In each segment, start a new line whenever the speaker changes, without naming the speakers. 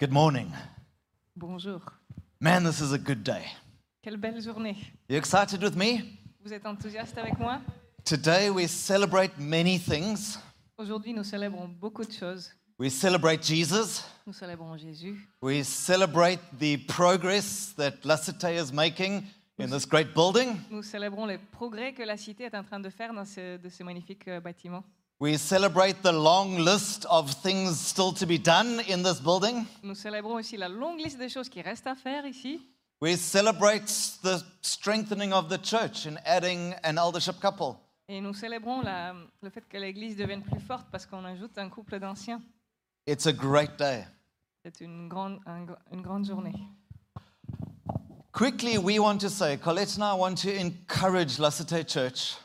Good morning.
Bonjour.
Man, this is a good day.
Quelle belle journée.
You excited with me?
Vous êtes enthousiaste avec moi
Today we celebrate many things.
Aujourd'hui, nous célébrons beaucoup de choses.
We celebrate Jesus.
Nous célébrons Jésus.
We celebrate the progress that La Cité is making in this great building.
Nous célébrons les progrès que la cité est en train de faire dans ce, de ce magnifique euh, bâtiment.
We celebrate the long list of things still to be done in this building.
Nous célébrons aussi la longue liste de choses qui restent à faire ici.
We celebrate the strengthening of the church in adding an eldership couple.
Et nous célébrons la- le fait que l'Église devienne plus forte parce qu'on ajoute un couple d'anciens.
It's a great day.
C'est une grande, un gr- une grande journée.
Quickly, we want to say, Colette and I want to encourage La Cité Church.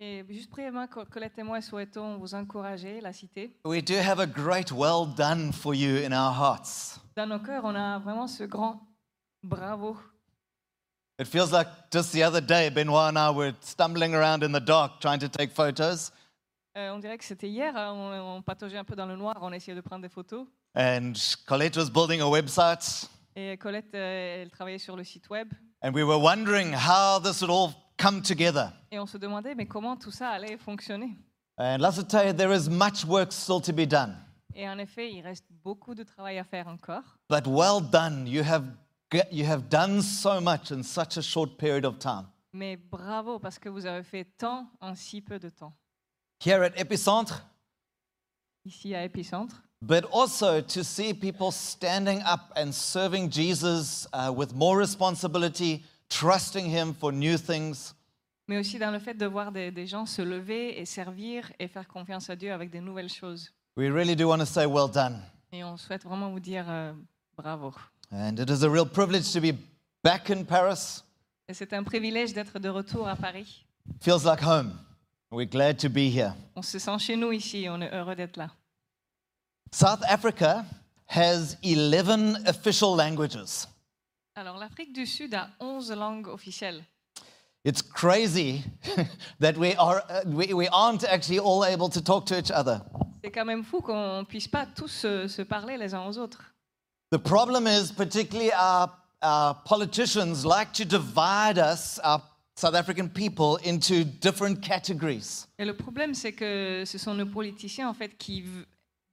Et juste brièvement, Co- Colette et moi souhaitons vous encourager, la cité.
We do have a great well done for you in our hearts.
Dans nos cœurs, on a vraiment ce grand bravo
It feels like just the other day, Benoit and I were stumbling around in the dark trying to take photos,
Euh, on dirait que c'était hier, hein, on, on pataugeait un peu dans le noir, on essayait de prendre des photos.
and Colette was building a website,
Et Colette, euh, elle travaillait sur le site web.
and we were wondering how this would all come together.
Et on se demandait, mais comment tout ça allait fonctionner
And Lasate, there is much work still to be done,
Et en effet, il reste beaucoup de travail à faire encore.
but well done. You have, g- you have done so much in such a short period of time.
Mais bravo, parce que vous avez fait tant en si peu de temps.
Here at Epicentre,
Ici à Épicentre,
but also to see people standing up and serving Jesus uh, with more responsibility, trusting Him for new things.
mais aussi dans le fait de voir des, des gens se lever et servir et faire confiance à Dieu avec des nouvelles choses.
We really do want to say well done.
Et on souhaite vraiment vous dire euh, bravo.
And it is a real privilege to be back in Paris.
Et c'est un privilège d'être de retour à Paris.
Feels like home. We're glad to be here.
On se sent chez nous ici, on est heureux d'être là.
South Africa has 11 official languages.
Alors, l'Afrique du Sud a 11 langues officielles.
It's crazy that we, are, uh, we, we aren't actually all able to talk to each other.
C'est quand même fou qu'on ne puisse pas tous se, se parler les uns aux autres.
The problem is, particularly our, our politicians like to divide us, our South African people, into different categories.
Et le problème, c'est que ce sont nos politiciens, en fait, qui v-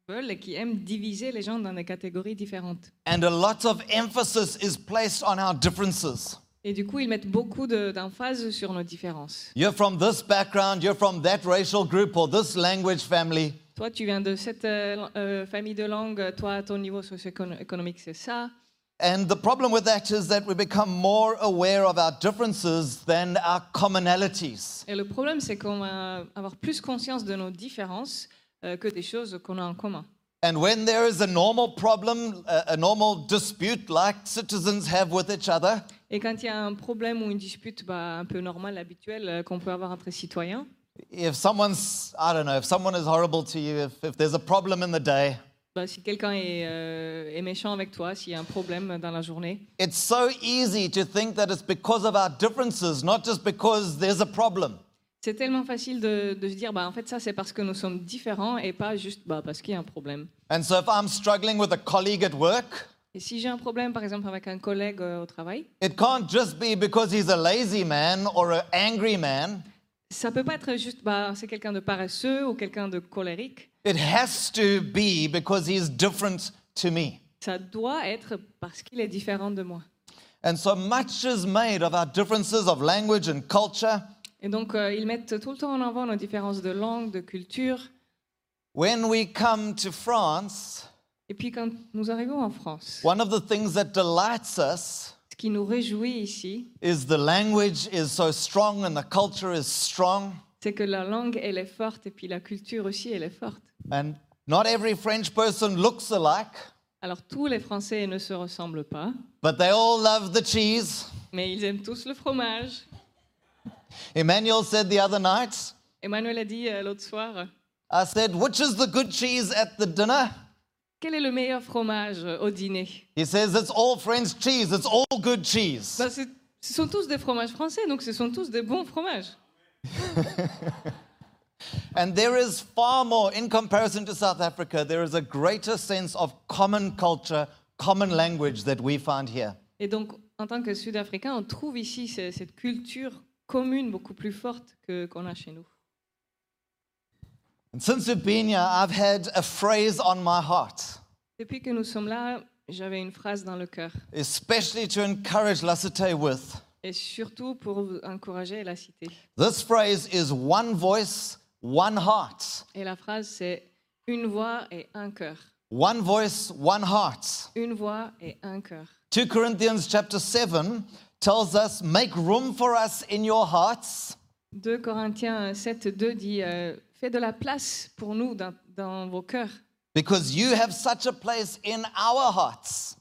veulent et qui aiment diviser les gens dans des catégories différentes.
And a lot of emphasis is placed on our differences.
Et du coup, ils mettent beaucoup de- d'emphase sur nos différences.
You're from this background, you're from that racial group or this language family.
Toi, tu viens de cette euh, lan- euh, famille de langues, toi, ton niveau socio-économique, c'est ça.
And the problem with that is that we become more aware of our differences than our commonalities.
Et le problème, c'est qu'on va avoir plus conscience de nos différences euh, que des choses qu'on a en commun.
And when there is a normal problem, a, a normal dispute like citizens have with each other,
Et quand il y a un problème ou une dispute bah, un peu normale, habituelle, euh, qu'on peut avoir entre citoyens,
if someone's i don't know if someone is horrible to you if, if there's a problem in the day
bah, si quelqu'un est, euh, est méchant avec toi, s'il y a un problème dans la journée,
it's so easy to think that it's because of our differences not just because there's a problem
c'est tellement facile de, de se dire, bah, en fait, ça, c'est parce que nous sommes différents et pas juste bah, parce qu'il y a un problème.
and so if i'm struggling with a colleague at work
Et si j'ai un problème, par exemple, avec un collègue euh, au travail,
it can't just be because he's a lazy man or an angry man
ça peut pas être juste, bah, c'est quelqu'un de paresseux ou quelqu'un de colérique.
it has to be because he's different to me
Ça doit être parce qu'il est différent de moi.
and so much is made of our differences of language and culture
Et donc, euh, ils mettent tout le temps en avant nos différences de langue, de culture.
when we come to france
Et puis, quand nous arrivons en France,
one of the things that delights us
Ce qui nous réjouit ici,
is the language is so strong and the culture is strong
c'est que la langue, elle est forte et puis la culture aussi, elle est forte.
and not every french person looks alike
Alors tous les Français ne se ressemblent pas,
but they all love the cheese
mais ils aiment tous le fromage.
emmanuel said the other night
Emmanuel a dit euh, l'autre soir,
i said which is the good cheese at the dinner
quel est le meilleur fromage euh, au dîner
he says it's all french cheese it's all good cheese
Ben, c'est- Ce sont tous des fromages français, donc ce sont tous des bons fromages.
and there is far more in comparison to south africa there is a greater sense of common culture common language that we find here.
Et donc, en tant que Sud-Africain, on trouve ici ce- cette culture commune beaucoup plus forte que- qu'on a chez nous.
And since we've been here, I've had a phrase on my heart,
Depuis que nous sommes là, j'avais une phrase dans le cœur,
especially to encourage Lasate with.
et surtout pour vous encourager la cité.
This phrase is one voice, one heart.
Et la phrase, c'est une voix et un cœur.
One voice, one heart.
Une voix et un cœur.
2 Corinthians chapter 7 tells us, Make room for us in your hearts.
2 Corinthiens 7, 2 dit euh, Fais de la place pour nous dans, dans vos cœurs.
Because you have such a place in our hearts.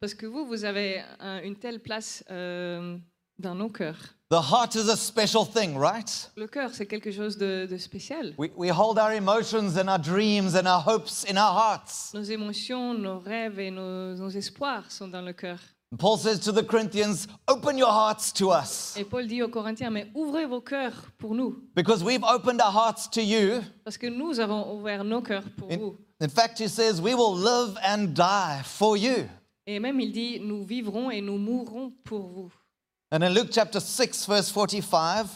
Parce que vous, vous avez un- une telle place euh, dans nos cœurs.
The heart is a special thing, right?
Le cœur, c'est quelque chose de, de spécial.
We, we hold our emotions and our dreams and our hopes in our hearts.
Nos émotions, nos rêves et nos, nos espoirs sont dans le cœur.
And Paul says to the Corinthians, Open your hearts to us.
Et Paul dit aux Corinthiens Mais ouvrez vos cœurs pour nous.
Because we've opened our hearts to you.
Parce que nous avons ouvert nos cœurs pour
In,
vous.
in fact, he says, We will live and die for you.
Et même il dit Nous vivrons et nous mourrons pour vous.
And in Luke chapter 6, verse 45,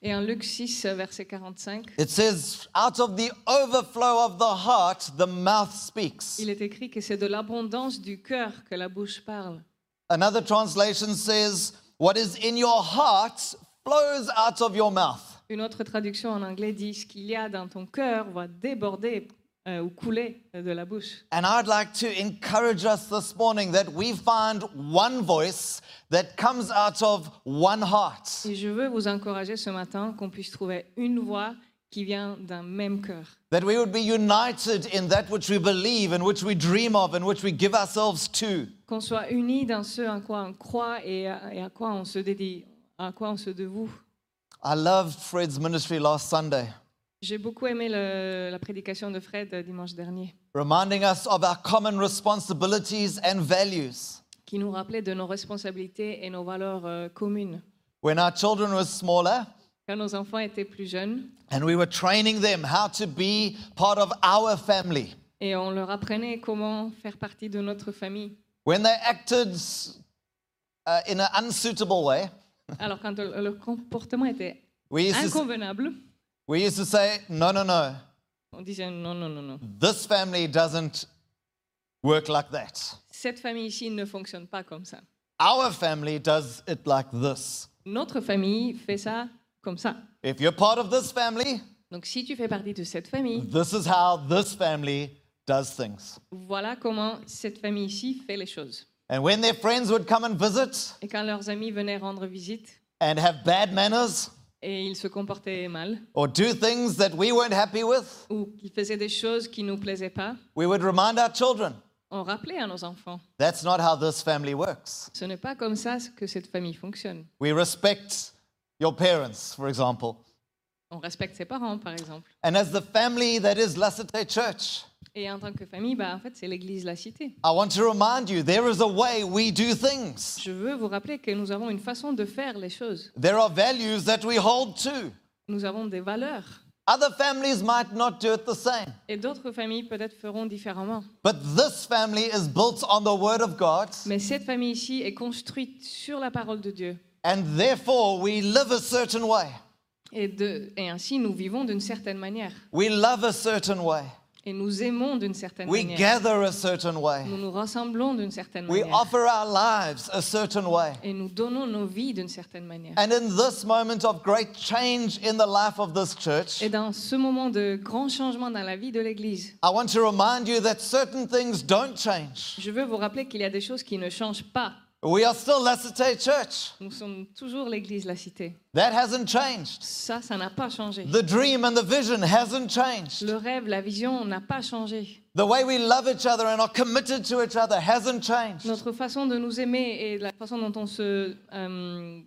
Et en Luc 6, verset 45,
It says, out of the overflow of the heart, the mouth speaks.
il est écrit que c'est de l'abondance du cœur que la bouche parle.
Another translation says, what is in your heart flows out of your mouth.
Une autre traduction en anglais dit ce qu'il y a dans ton cœur va déborder euh, ou couler de la bouche.
And I'd like to encourage us this morning that we find one voice that comes out of one heart.
Et je veux vous encourager ce matin qu'on puisse trouver une voix qui vient d'un même cœur.
That we would be united in that which we believe and which we dream of and which we give ourselves to.
Qu'on soit unis dans ce en quoi on croit et à, et à quoi on se dédie, à quoi on se devoue.
I loved Fred's ministry last Sunday,
J'ai beaucoup aimé le- la prédication de Fred euh, dimanche dernier,
reminding us of our common responsibilities and values.
qui nous rappelait de nos responsabilités et nos valeurs euh, communes.
When our children were smaller
Quand nos enfants étaient plus jeunes,
and we were training them how to be part of our family,
et on leur apprenait comment faire partie de notre famille.
when they acted uh, in an unsuitable way,
Alors, quand le- leur comportement était
we used, to,
inconvenable,
we used to say, no, no, no,
on disait non, non, non, non.
this family doesn't work like that.
Cette famille ici ne fonctionne pas comme ça.
Our family does it like this.
Notre famille fait ça comme ça.
If you're part of this family,
Donc, si tu fais partie de cette famille,
this is how this family does things.
voilà comment cette famille ici fait les choses.
And when their friends would come and visit
Et quand leurs amis venaient rendre visite
and have bad manners
et ils se comportaient mal
or do things that we weren't happy with,
ou qu'ils faisaient des choses qui nous plaisaient pas,
we would remind our children
on rappelait à nos enfants
That's not how this family works.
ce n'est pas comme ça que cette famille fonctionne.
We respect your parents, for example.
On respecte ses parents, par exemple.
And as the family that is Lasate Church,
Et en tant que famille, bah, en fait, c'est l'Église, la cité.
I want to remind you there is a way we do things.
Je veux vous rappeler que nous avons une façon de faire les choses.
There are values that we hold to.
Nous avons des valeurs.
Other families might not do it the same,
Et d'autres familles peut-être feront différemment.
but this family is built on the Word of God,
Mais cette famille ici est construite sur la parole de Dieu.
and therefore we live a certain way.
Et, de- et ainsi, nous vivons d'une certaine manière.
We love a certain way.
Et nous aimons d'une certaine
We
manière.
gather a certain way.
Nous nous rassemblons d'une certaine
We
manière.
offer our lives a certain way.
Et nous donnons nos vies d'une certaine manière.
And in this moment of great change in the life of this church,
Et dans ce moment de grand changement dans la vie de l'Église,
I want to remind you that certain things don't change.
je veux vous rappeler qu'il y a des choses qui ne changent pas.
We are still Lassite Church.
Nous sommes toujours l'Église, la cité.
That hasn't changed.
Ça, ça n'a pas changé.
The dream and the vision hasn't changed.
Le rêve, la vision n'a pas changé.
The way we love each other and are committed to each other hasn't changed.
Notre façon de nous aimer et la façon dont on se euh,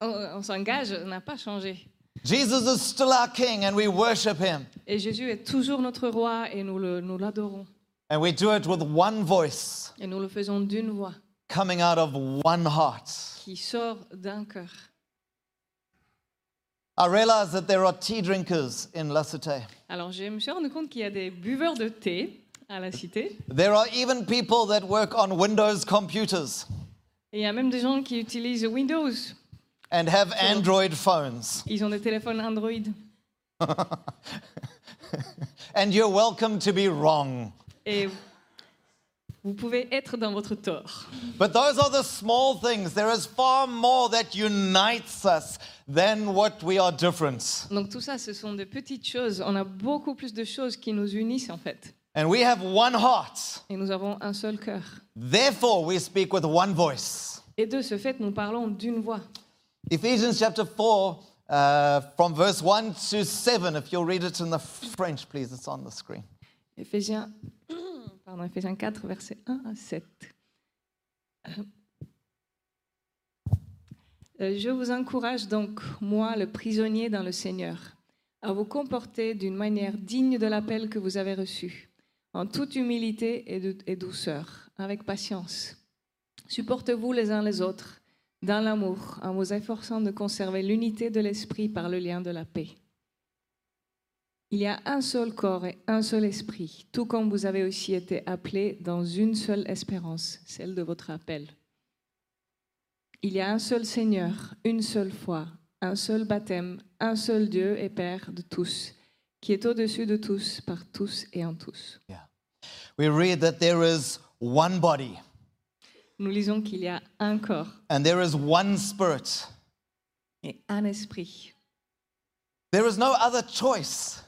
on, on s'engage n'a pas changé.
Jesus is still our King and we worship Him.
Et Jésus est toujours notre roi et nous le- nous l'adorons.
And we do it with one voice
Et nous le faisons d'une voix
coming out of one heart.
qui sort d'un cœur.
I realize that there are tea drinkers in Lassite.
Alors je me suis rendu compte qu'il y a des buveurs de thé à la cité.
There are even people that work on Windows computers
Et il y a même des gens qui utilisent Windows.
and have Android phones.
Ils ont des téléphones Android.
And you're welcome to be wrong.
Et vous pouvez être dans votre tort.
But those are the small things. There is far more that unites us than what we are different.
Donc tout ça, ce sont des petites choses. On a beaucoup plus de choses qui nous unissent en fait.
And we have one heart.
Et nous avons un seul cœur.
Therefore, we speak with one voice.
Et de ce fait, nous parlons d'une voix.
Ephesians chapter 4, uh, from verse 1 to 7. If you'll read it in the French, please, it's on the screen.
Éphésiens, pardon, Éphésiens 4, versets 1 à 7. Euh, Je vous encourage donc, moi, le prisonnier dans le Seigneur, à vous comporter d'une manière digne de l'appel que vous avez reçu, en toute humilité et, de- et douceur, avec patience. Supportez-vous les uns les autres, dans l'amour, en vous efforçant de conserver l'unité de l'esprit par le lien de la paix. Il y a un seul corps et un seul esprit, tout comme vous avez aussi été appelés dans une seule espérance, celle de votre appel. Il y a un seul Seigneur, une seule foi, un seul baptême, un seul Dieu et Père de tous, qui est au-dessus de tous, par tous et en tous.
Yeah. We read that there is one body
Nous lisons qu'il y a un corps
and there is one spirit.
et un esprit.
There is no other choice.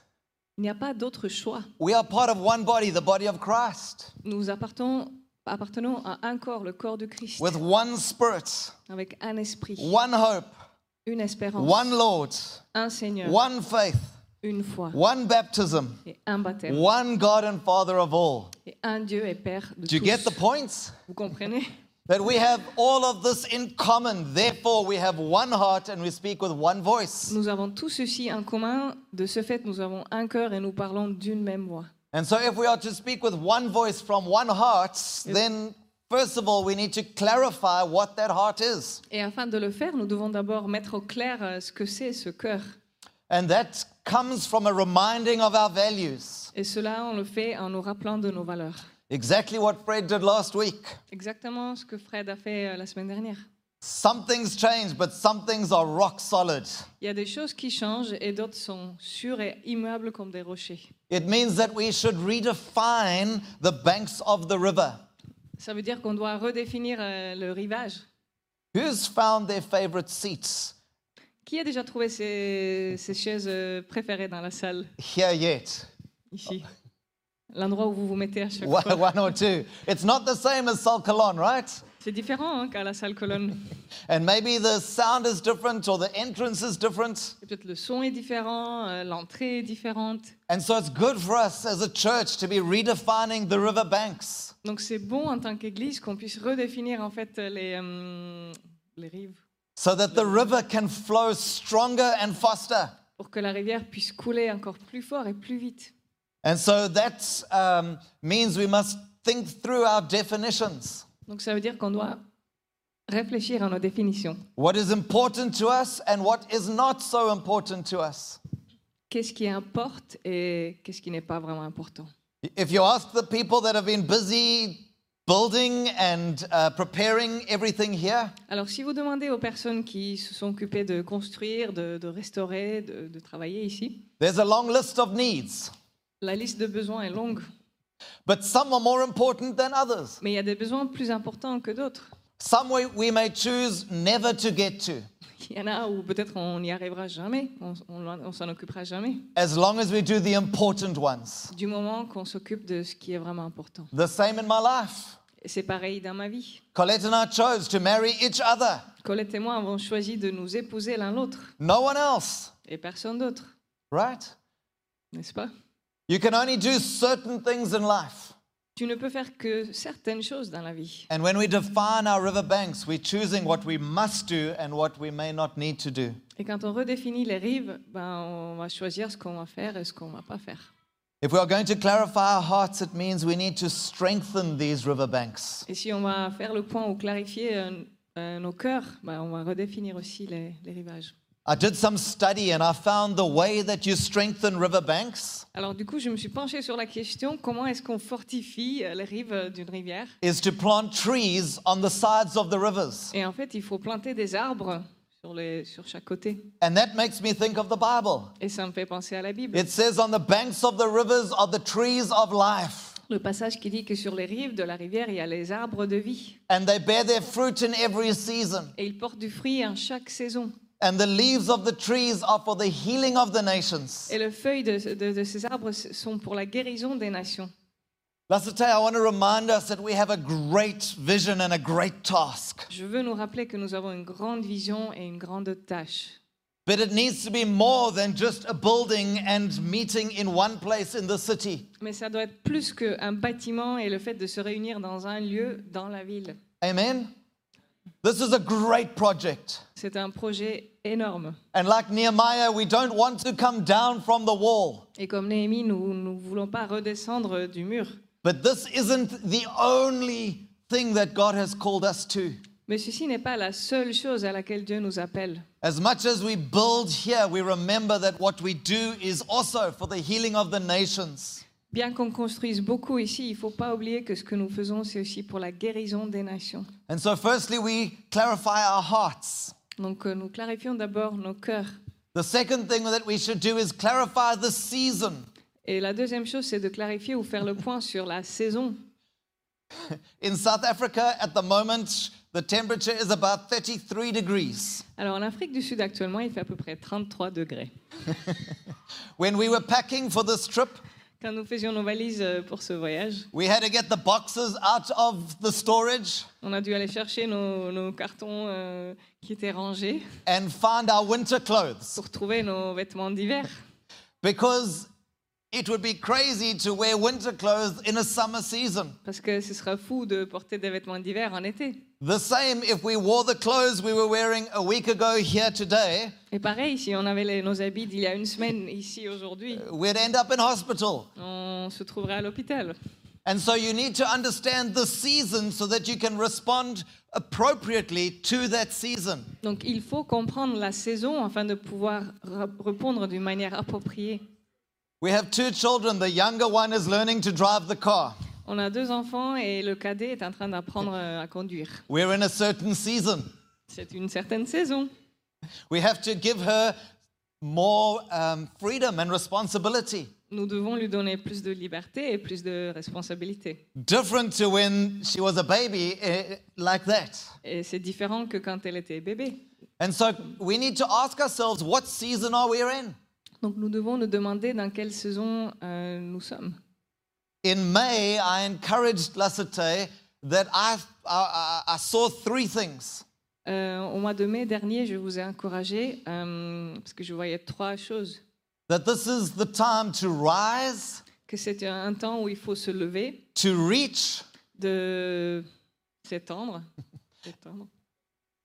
Il n'y a pas d'autre choix.
We are part of one body, the body of Christ,
Nous appartenons, appartenons à un corps, le corps de Christ,
with one spirit,
avec un esprit,
one hope,
une espérance,
one Lord,
un Seigneur,
one faith,
une foi.
one baptism,
et un baptême
one God and Father of all.
et un Dieu et Père de
Do you get the
tous.
points?
Vous comprenez
That we have all of this in common. Therefore, we have one heart and we speak with one voice.
Nous avons tout ceci en commun. De ce fait, nous avons un cœur et nous parlons d'une même voix.
And so, if we are to speak with one voice from one heart, then first of all, we need to clarify what that heart is.
Et afin de le faire, nous devons d'abord mettre au clair euh, ce que c'est ce cœur.
And that comes from a reminding of our values.
Et cela, on le fait en nous rappelant de nos valeurs.
Exactly what Fred did last week.
Exactement ce que Fred a fait euh, la semaine dernière.
Some things change, but some things are rock solid.
Il y a des choses qui changent et d'autres sont sûres et immuables comme des rochers.
It means that we should redefine the banks of the river.
Ça veut dire qu'on doit redéfinir euh, le rivage.
Who's found their favorite seats
Qui a déjà trouvé ses, ses chaises euh, préférées dans la salle
here yet?
ici. L'endroit où vous vous mettez à chaque
One,
fois.
one or two. It's not the same as Salkalon, right?
C'est différent hein, qu'à la salle colonne.
And maybe the sound is different or the entrance is different.
Et Peut-être le son est différent, euh, l'entrée est différente.
And so it's good for us as a church to be redefining the river banks.
Donc c'est bon en tant qu'église qu'on puisse redéfinir en fait les, euh, les rives
so that the river can flow stronger and faster.
pour que la rivière puisse couler encore plus fort et plus vite.
And so that um, means we must think through our definitions.
Donc ça veut dire qu'on doit réfléchir à nos définitions.
What is important to us and what is not so important to us.
Qu'est-ce qui importe et qu'est-ce qui n'est pas vraiment important
If you ask the people that have been busy building and uh, preparing everything here,
Alors si vous demandez aux personnes qui se sont occupées de construire, de, de restaurer, de- de travailler ici,
there's a long list of needs,
La liste de besoins est longue,
but some are more important than others.
mais il y a des besoins plus importants que d'autres.
Some we, we may choose never to get to,
Il y en a où peut-être on n'y arrivera jamais, on, on- on s'en occupera jamais,
as long as we do the important ones.
du moment qu'on s'occupe de ce qui est vraiment important.
The same in my life.
Et C'est pareil dans ma vie.
Colette and I chose to marry each other,
Colette et moi avons choisi de nous épouser l'un l'autre
no one else,
et personne d'autre,
right?
n'est-ce pas
You can only do certain things in life.
Tu ne peux faire que certaines choses dans la vie.
And when we define our river banks, we're choosing what we must do and what we may not need to do.
Et quand on redéfinit les rives, ben, on va choisir ce qu'on va faire et ce qu'on va pas faire.
If we are going to clarify our hearts, it means we need to strengthen these river banks.
Et si on va faire le point ou clarifier euh, euh, nos cœurs, ben, on va redéfinir aussi les- les rivages.
I did some study and I found the way that you strengthen riverbanks
Alors du coup, je me suis penchée sur la question comment est-ce qu'on fortifie euh, les rives euh, d'une rivière
is to plant trees on the sides of the rivers.
Et en fait, il faut planter des arbres sur, les, sur chaque côté.
And that makes me think of the Bible.
Et ça me fait penser à la Bible.
It says, On the banks of the rivers are the trees of life,
Le passage qui dit que sur les rives de la rivière, il y a les arbres de vie.
and they bear their fruit in every season.
Et ils portent du fruit en chaque saison.
And the leaves of the trees are for the healing of the nations.
Et les feuilles de, de- de ces arbres s- sont pour la guérison des nations.
Lasate, I want to remind us that we have a great vision and a great task,
Je veux nous rappeler que nous avons une grande vision et une grande tâche.
but it needs to be more than just a building and meeting in one place in the city.
Mais ça doit être plus qu'un bâtiment et le fait de se réunir dans un lieu dans la ville.
Amen? This is a great project.
C'est un projet énorme.
And like Nehemiah, we don't want to come down from the wall.
Et comme Néhémie, nous ne voulons pas redescendre du mur.
But this isn't the only thing that God has called us to.
Mais ceci n'est pas la seule chose à laquelle Dieu nous appelle.
As much as we build here, we remember that what we do is also for the healing of the nations.
Bien qu'on construise beaucoup ici, il ne faut pas oublier que ce que nous faisons, c'est aussi pour la guérison des nations.
And so, firstly, we clarify our hearts.
Donc euh, nous clarifions d'abord nos cœurs.
The second thing that we should do is clarify the season.
Et la deuxième chose, c'est de clarifier ou faire le point sur la saison.
In South Africa, at the moment, the temperature is about 33 degrees.
Alors en Afrique du Sud actuellement, il fait à peu près 33 degrés.
When we were packing for this trip,
Quand nous faisions nos valises euh, pour ce voyage,
we had to get the boxes out of the storage
on a dû aller chercher nos, nos cartons euh, qui étaient rangés
and find our winter clothes
pour trouver nos vêtements d'hiver.
because it would be crazy to wear winter clothes in a summer season.
Parce que ce sera fou de porter des vêtements d'hiver en été.
The same if we wore the clothes we were wearing a week ago here today,
Et pareil, si on avait les- nos habits d'il y a une semaine ici aujourd'hui,
we'd end up in hospital.
on se trouverait à l'hôpital.
And so you need to understand the season so that you can respond appropriately to that season.
Donc il faut comprendre la saison afin de pouvoir ra- répondre d'une manière appropriée.
We have two children. The younger one is learning to drive the car.
On a deux enfants et le cadet est en train d'apprendre euh, à conduire.
We're in a certain season.
C'est une certaine saison.
We have to give her more um, freedom and responsibility,
Nous devons lui donner plus de liberté et plus de responsabilité.
different to when she was a baby, eh, like that.
Et c'est différent que quand elle était bébé.
And so we need to ask ourselves what season are we in?
Donc nous devons nous demander dans quelle saison euh, nous sommes.
In May, I encouraged Lasete that I, I, I- I saw three things.
Euh, au mois de mai dernier, je vous ai encouragé euh, parce que je voyais trois choses.
That this is the time to rise,
Que c'est un temps où il faut se lever,
to reach,
de s'étendre, s'étendre,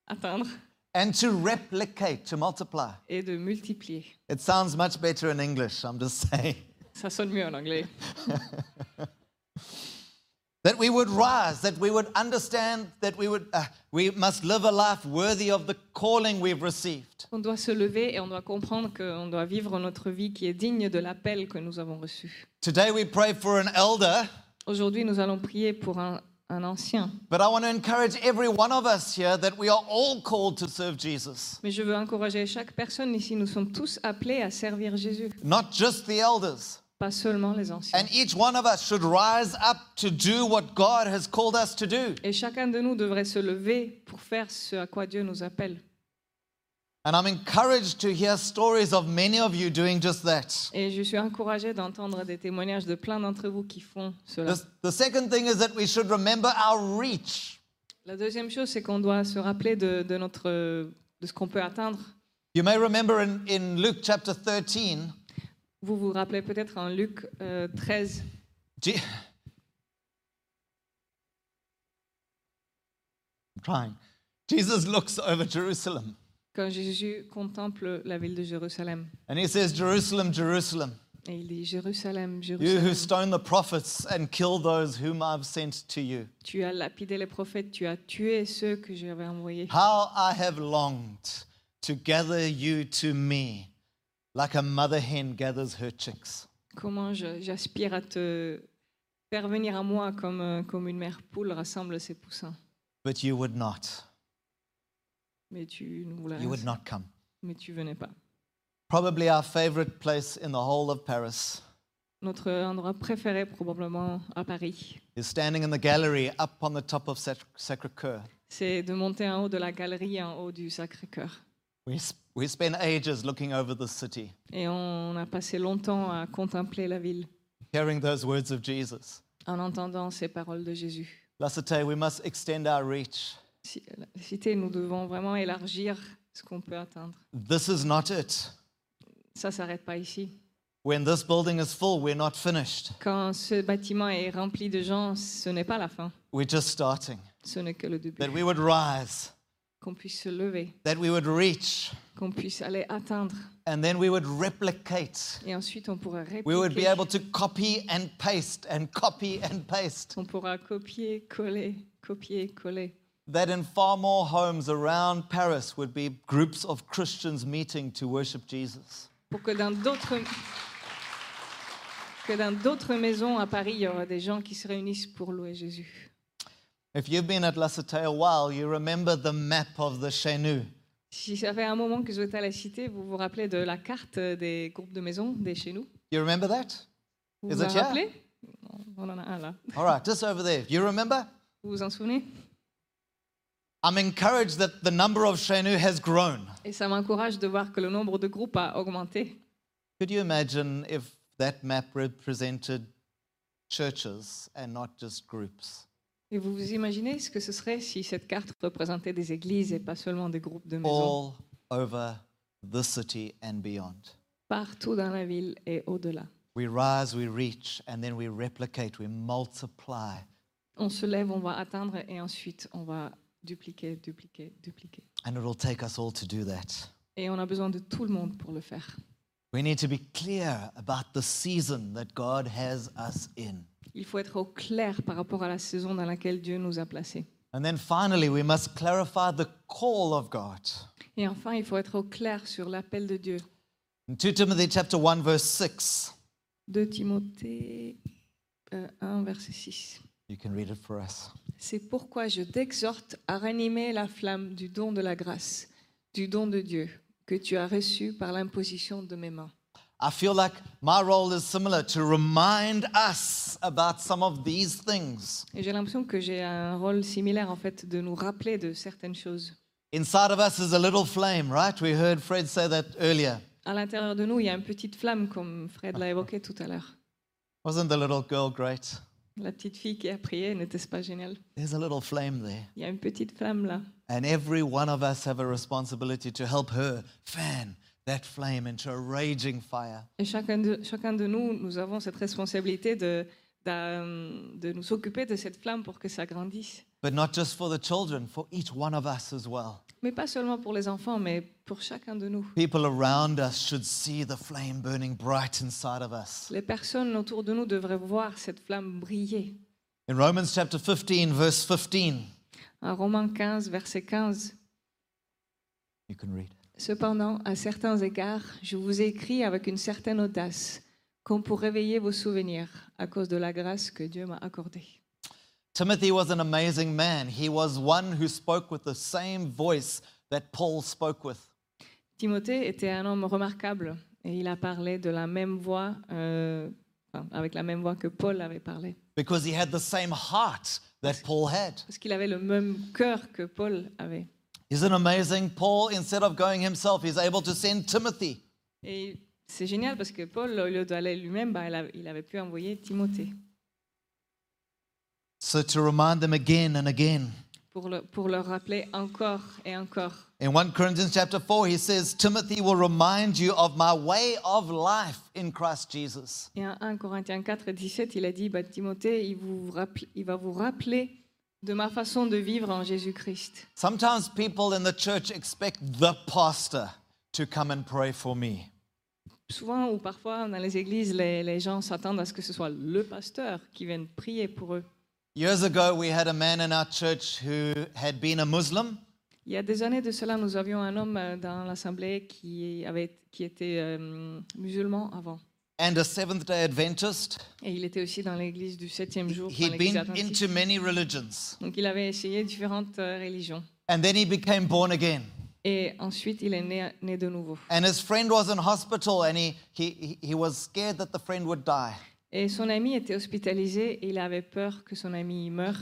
atteindre
and to replicate, to multiply.
et de multiplier.
It sounds much better in English, I'm just saying.
Ça sonne mieux en anglais.
That we would rise, that we would understand that we, would, uh, we must live a life worthy of the calling we've received.
On doit se lever et on doit comprendre qu'on doit vivre notre vie qui est digne de l'appel que nous avons reçu.
Today, we pray for an elder,
Aujourd'hui, nous allons prier pour un, un ancien.
but I want to encourage every one of us here that we are all called to serve Jesus,
Mais je veux encourager chaque personne ici. Nous sommes tous appelés à servir Jésus,
not just the elders.
pas seulement les anciens.
And each one of us should rise up to do what God has called us to do.
Et chacun de nous devrait se lever pour faire ce à quoi Dieu nous appelle.
And I'm encouraged to hear stories of many of you doing just that.
Et je suis encouragée d'entendre des témoignages de plein d'entre vous qui font cela.
The, the second thing is that we should remember our reach.
La deuxième chose, c'est qu'on doit se rappeler de, de notre, de ce qu'on peut atteindre.
You may remember in, in Luke chapter 13,
Vous vous rappelez peut-être en Luc euh, 13,
Je- I'm trying. Jesus looks over Jerusalem
quand Jésus contemple la ville de Jérusalem.
and he says, Jerusalem, Jerusalem,
Et il dit Jérusalem,
you
Jérusalem,
who stone the prophets and kill those whom I've sent to you,
tu as lapidé les prophètes, tu as tué ceux que j'avais envoyés.
how I have longed to gather you to me like a mother hen gathers her chicks.
Comment je- j'aspire à te faire venir à moi comme, euh, comme une mère poule rassemble ses poussins.
But you would not.
Mais tu ne voulais
You would not come.
mais tu venais pas.
Probably our favorite place in the whole of Paris
Notre endroit préféré probablement à Paris,
is standing in the gallery up on the top of Sac- Sacré-Cœur.
c'est de monter en haut de la galerie, en haut du Sacré-Cœur.
We, sp- we spend ages looking over the city,
Et on a passé longtemps à contempler la ville
hearing those words of Jesus.
en entendant ces paroles de Jésus.
Lasate, we must extend our reach.
Si- la Cité, nous devons vraiment élargir ce qu'on peut atteindre.
This is not it.
Ça s'arrête pas ici.
When this building is full, we're not finished.
Quand ce bâtiment est rempli de gens, ce n'est pas la fin,
We're just starting.
ce n'est que le début.
That we would rise,
Qu'on puisse se lever,
that we would reach,
qu'on puisse aller atteindre.
and then we would replicate.
Et ensuite, on pourra
We would be
répliquer.
able to copy and paste and copy and paste.
On pourra copier, coller, copier, coller.
That in far more homes around Paris would be groups of Christians meeting to worship Jesus.
Pour que dans d'autres que dans d'autres maisons à Paris, il y aura des gens qui se réunissent pour louer Jésus.
If you've been at La Cité a while, you remember the map of the Chenu.
Si ça fait un moment que vous êtes à la cité, vous vous rappelez de la carte des groupes de maisons des chez nous
You remember that?
Vous
Is
vous en
it here?
rappelez On en a un là.
All right, just over there. You remember?
Vous vous en souvenez
I'm encouraged that the number of Chenu has grown.
Et ça m'encourage de voir que le nombre de groupes a augmenté.
Could you imagine if that map represented churches and not just groups?
Et vous vous imaginez ce que ce serait si cette carte représentait des églises et pas seulement des groupes de maisons
All over the city and beyond.
partout dans la ville et au-delà.
We rise, we reach, and then we replicate, we multiply.
On se lève, on va atteindre et ensuite on va dupliquer, dupliquer, dupliquer.
And it'll take us all to do that.
Et on a besoin de tout le monde pour le faire.
We need to be clear about the season that God has us in.
Il faut être au clair par rapport à la saison dans laquelle Dieu nous a placés.
And then finally, we must clarify the call of God.
Et enfin, il faut être au clair sur l'appel de Dieu.
In 2 Timothy chapter 1 verse 6.
2 Timothée euh, 1, verset 6.
You can read it for us.
C'est pourquoi je t'exhorte à ranimer la flamme du don de la grâce, du don de Dieu que tu as reçu par l'imposition de mes mains.
I feel like my role is similar to remind us about some of these things.
Et j'ai l'impression que j'ai un rôle similaire, en fait, de nous rappeler de certaines choses.
Inside of us is a little flame, right? We heard Fred say that earlier.
À l'intérieur de nous, il y a une petite flamme, comme Fred l'a évoqué tout à l'heure.
Wasn't the little girl great?
La petite fille qui a prié, n'était-ce pas génial
There's a little flame there.
Il y a une petite flamme là.
And every one of us have a responsibility to help her fan that flame into a raging fire.
Et chacun de, chacun de nous, nous avons cette responsabilité de, d'a- de nous occuper de cette flamme pour que ça grandisse.
But not just for the children, for each one of us as well.
Mais pas seulement pour les enfants, mais pour chacun de nous.
People around us should see the flame burning bright inside of us.
Les personnes autour de nous devraient voir cette flamme briller.
In Romans chapter 15, verse 15,
En Romains 15, verset 15.
you can read.
Cependant, à certains égards, je vous ai écrit avec une certaine audace, comme pour réveiller vos souvenirs, à cause de la grâce que Dieu m'a accordée.
Timothy was an amazing man. He was one who spoke with the same voice that Paul spoke with.
Timothée était un homme remarquable et il a parlé de la même voix, euh, enfin, avec la même voix que Paul avait parlé,
because he had the same heart that Paul had.
parce qu'il avait le même cœur que Paul avait.
Isn't it amazing? Paul, instead of going himself, he's able to send Timothy.
Et c'est génial parce que Paul, au lieu d'aller lui-même, bah, il, a- il avait pu envoyer Timothée
So to remind them again and again.
pour, le- pour leur rappeler encore et encore.
In 1 Corinthians chapter 4, he says, Timothy will remind you of my way of life in Christ Jesus.
Et en 1 Corinthiens 4, 17, il a dit, bah, Timothée, il, vous rappel- il va vous rappeler de ma façon de vivre en Jésus-Christ.
Sometimes people in the church expect the pastor to come and pray for me.
Souvent ou parfois dans les églises, les, les gens s'attendent à ce que ce soit le pasteur qui vienne prier pour eux.
Years ago, we had a man in our church who had been a Muslim,
Il y a des années de cela, nous avions un homme euh, dans l'Assemblée qui, avait, qui était euh, musulman avant.
and a Seventh day Adventist.
Et il était aussi dans l'église du septième jour. dans
He'd
l'église
been
adventiste.
into many religions.
Donc il avait essayé différentes euh, religions.
And then he became born again.
Et ensuite, il est né, né de nouveau.
And his friend was in hospital and he, he, he was scared that the friend would die.
Et son ami était hospitalisé et il avait peur que son ami meure.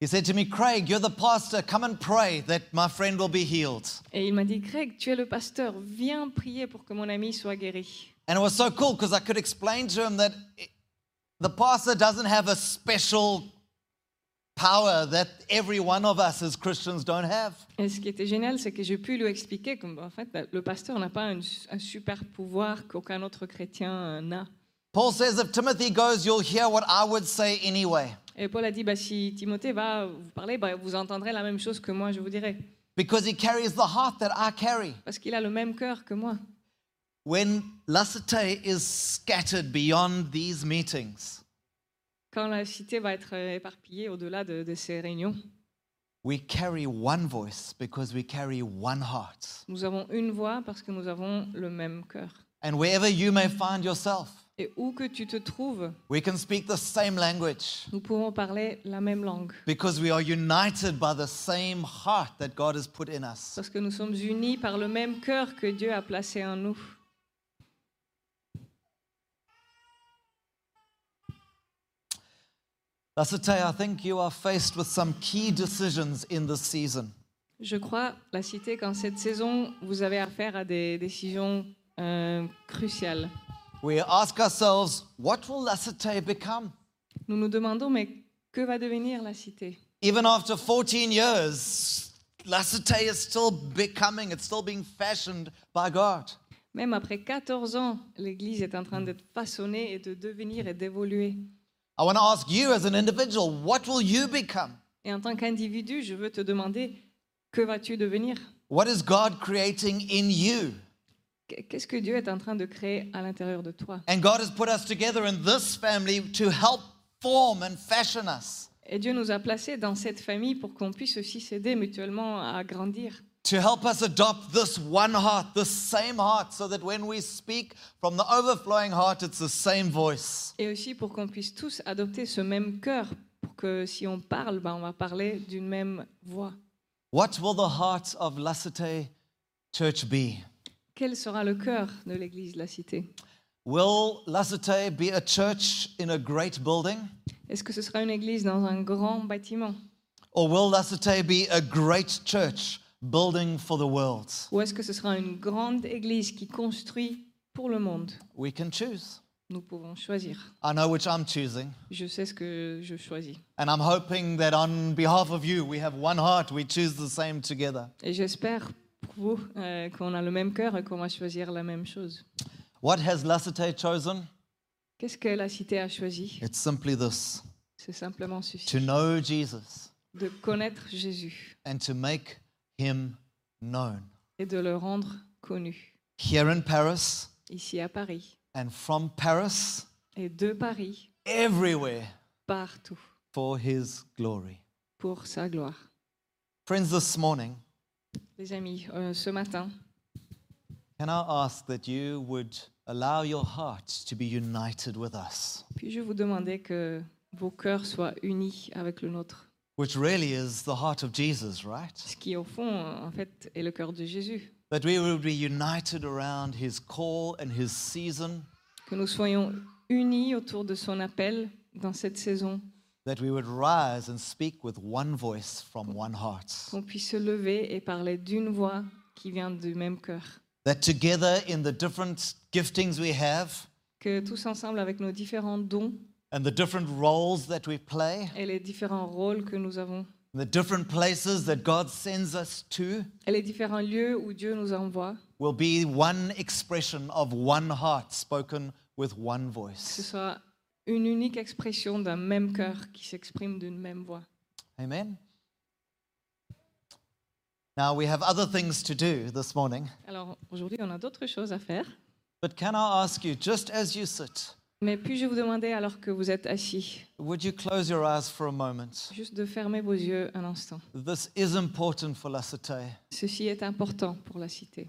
He said to me, Craig, you're the pastor. Come and pray that my friend will be healed.
Et il m'a dit, Greg, tu es le pasteur, viens prier pour que mon ami soit guéri.
And it was so cool because I could explain to him that i- the pastor doesn't have a special power that every one of us as Christians don't have.
Et ce qui était génial, c'est que j'ai pu lui expliquer que, bah, en fait, le pasteur n'a pas un, un super pouvoir qu'aucun autre chrétien euh, n'a.
Paul says, if Timothy goes, you'll hear what I would say anyway.
Et Paul a dit, bah, si Timothée va vous parler, bah, vous entendrez la même chose que moi, je vous dirai.
Because he carries the heart that I carry.
Parce qu'il a le même cœur que moi.
When Lasate is scattered beyond these meetings,
Quand la cité va être euh, éparpillée au-delà de, de ces réunions,
we carry one voice because we carry one heart.
nous avons une voix parce que nous avons le même cœur.
And wherever you may find yourself,
Et où que tu te trouves,
we can speak the same language
nous pouvons parler la même langue.
because we are united by the same heart that God has put in us.
Parce que nous sommes unis par le même cœur que Dieu a placé en nous.
Lasate, I think you are faced with some key decisions in this season.
Je crois, la cité, qu'en cette saison, vous avez affaire à des décisions euh, cruciales.
We ask ourselves, what will Lasate become?
Nous nous demandons, mais que va devenir la cité
Even after 14 years, Lasate is still becoming, it's still being fashioned by God.
Même après 14 ans, l'Église est en train d'être façonnée et de devenir et d'évoluer.
I want to ask you as an individual, what will you become?
Et en tant qu'individu, je veux te demander, que vas-tu devenir
What is God creating in you?
Qu'est-ce que Dieu est en train de créer à l'intérieur de toi
And God has put us together in this family to help form and fashion us,
Et Dieu nous a placés dans cette famille pour qu'on puisse aussi s'aider mutuellement à grandir.
to help us adopt this one heart, this same heart, so that when we speak from the overflowing heart, it's the same voice.
Et aussi pour qu'on puisse tous adopter ce même cœur, pour que si on parle, ben, on va parler d'une même voix.
What will the heart of Lasate Church be?
Quel sera le cœur de l'Église de la Cité
Will Lasate be a church in a great building?
Est-ce que ce sera une église dans un grand bâtiment
Or will Lasate be a great church building for the world?
Ou est-ce que ce sera une grande église qui construit pour le monde
We can choose.
Nous pouvons choisir.
I know which I'm choosing.
Je sais ce que je choisis.
And I'm hoping that on behalf of you, we have one heart, we choose the same together.
Et j'espère pour vous euh, qu'on a le même cœur et qu'on va choisir la même chose.
What has Lasate chosen?
Qu'est-ce que la Cité a choisi
It's simply this
C'est simplement suffit
to know Jesus
de connaître Jésus
and to make him known
et de le rendre connu.
here in Paris
ici à Paris
and from Paris
et de Paris
everywhere
partout
for his glory.
pour sa gloire.
Friends, this morning,
Les amis, euh, ce matin,
Can I ask that you would allow your heart to be united with us,
puis-je vous demander que vos cœurs soient unis avec le nôtre,
which really is the heart of Jesus, right?
ce qui au fond euh, en fait est le cœur de Jésus,
That we would be united around his call and his season,
que nous soyons unis autour de son appel dans cette saison,
that we would rise and speak with one voice from one heart,
qu'on puisse se lever et parler d'une voix qui vient du même cœur,
that together in the different giftings we have
que tous ensemble avec nos différents dons
and the different roles that we play,
et les différents rôles que nous avons,
the different places that God sends us to,
et les différents lieux où Dieu nous envoie,
will be one expression of one heart spoken with one
que ce
voice.
soit une unique expression d'un même cœur qui s'exprime d'une même voix.
Amen. Now we have other things to do this morning,
Alors aujourd'hui, on a d'autres choses à faire,
but can I ask you, just as you sit,
Mais puis-je vous demander, alors que vous êtes assis,
Would you close your eyes for a moment?
juste de fermer vos yeux un instant.
This is important for us today.
Ceci est important pour la cité.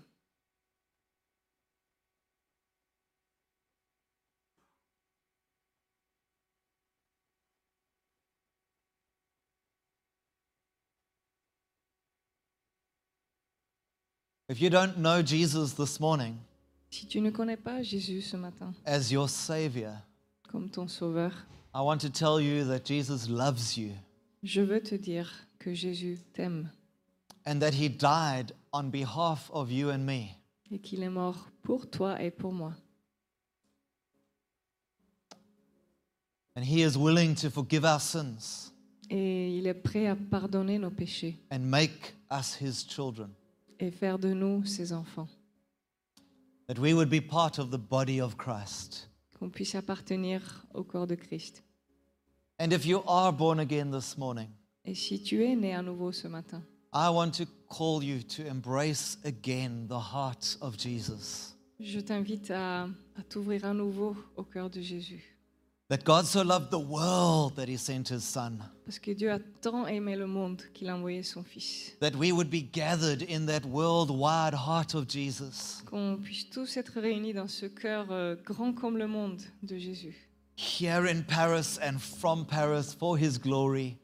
If you don't know Jesus this morning
Si tu ne connais pas Jésus ce matin
as your Savior,
comme ton sauveur,
I want to tell you that Jesus loves you
je veux te dire que Jésus t'aime
and that He died on behalf of you and me.
et qu'il est mort pour toi et pour moi.
And He is willing to forgive our sins
Et il est prêt à pardonner nos péchés
and make us His children,
et faire de nous ses enfants,
that we would be part of the body of Christ.
qu'on puisse appartenir au corps de Christ.
And if you are born again this morning,
Et si tu es né à nouveau ce matin,
I want to call you to embrace again the heart of Jesus.
je t'invite à, à t'ouvrir à nouveau au cœur de Jésus.
That God so loved the world that He sent His Son,
Parce que Dieu a tant aimé le monde qu'il a envoyé son Fils.
that we would be gathered in that worldwide heart of Jesus,
Qu'on puisse tous être réunis dans ce cœur euh, grand comme le monde de Jésus.
here in Paris and from Paris for His glory,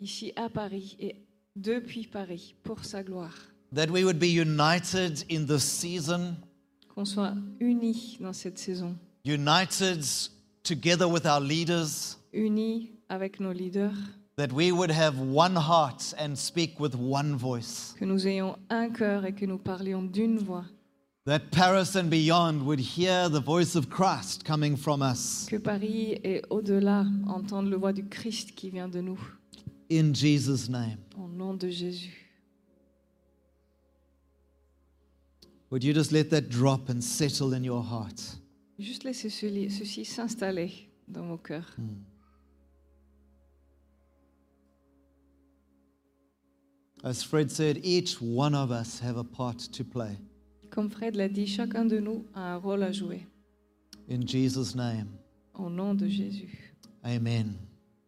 Ici à Paris et depuis Paris pour sa gloire.
that we would be united in this season,
Qu'on soit unis dans cette saison.
united together with our leaders,
Unis avec nos leaders.
that we would have one heart and speak with one voice,
que nous ayons un cœur et que nous parlions d'une voix,
that Paris and beyond would hear the voice of Christ coming from us
que Paris et au-delà entendent la voix du Christ qui vient de nous,
in Jesus' name.
au nom de Jésus.
Would you just let that drop and settle in your heart?
Juste laissez celi- ceci s'installer dans vos cœurs.
As Fred said, each one of us have a part to play
Comme Fred l'a dit, chacun de nous a un rôle à jouer,
in Jesus' name.
au nom de Jésus.
Amen.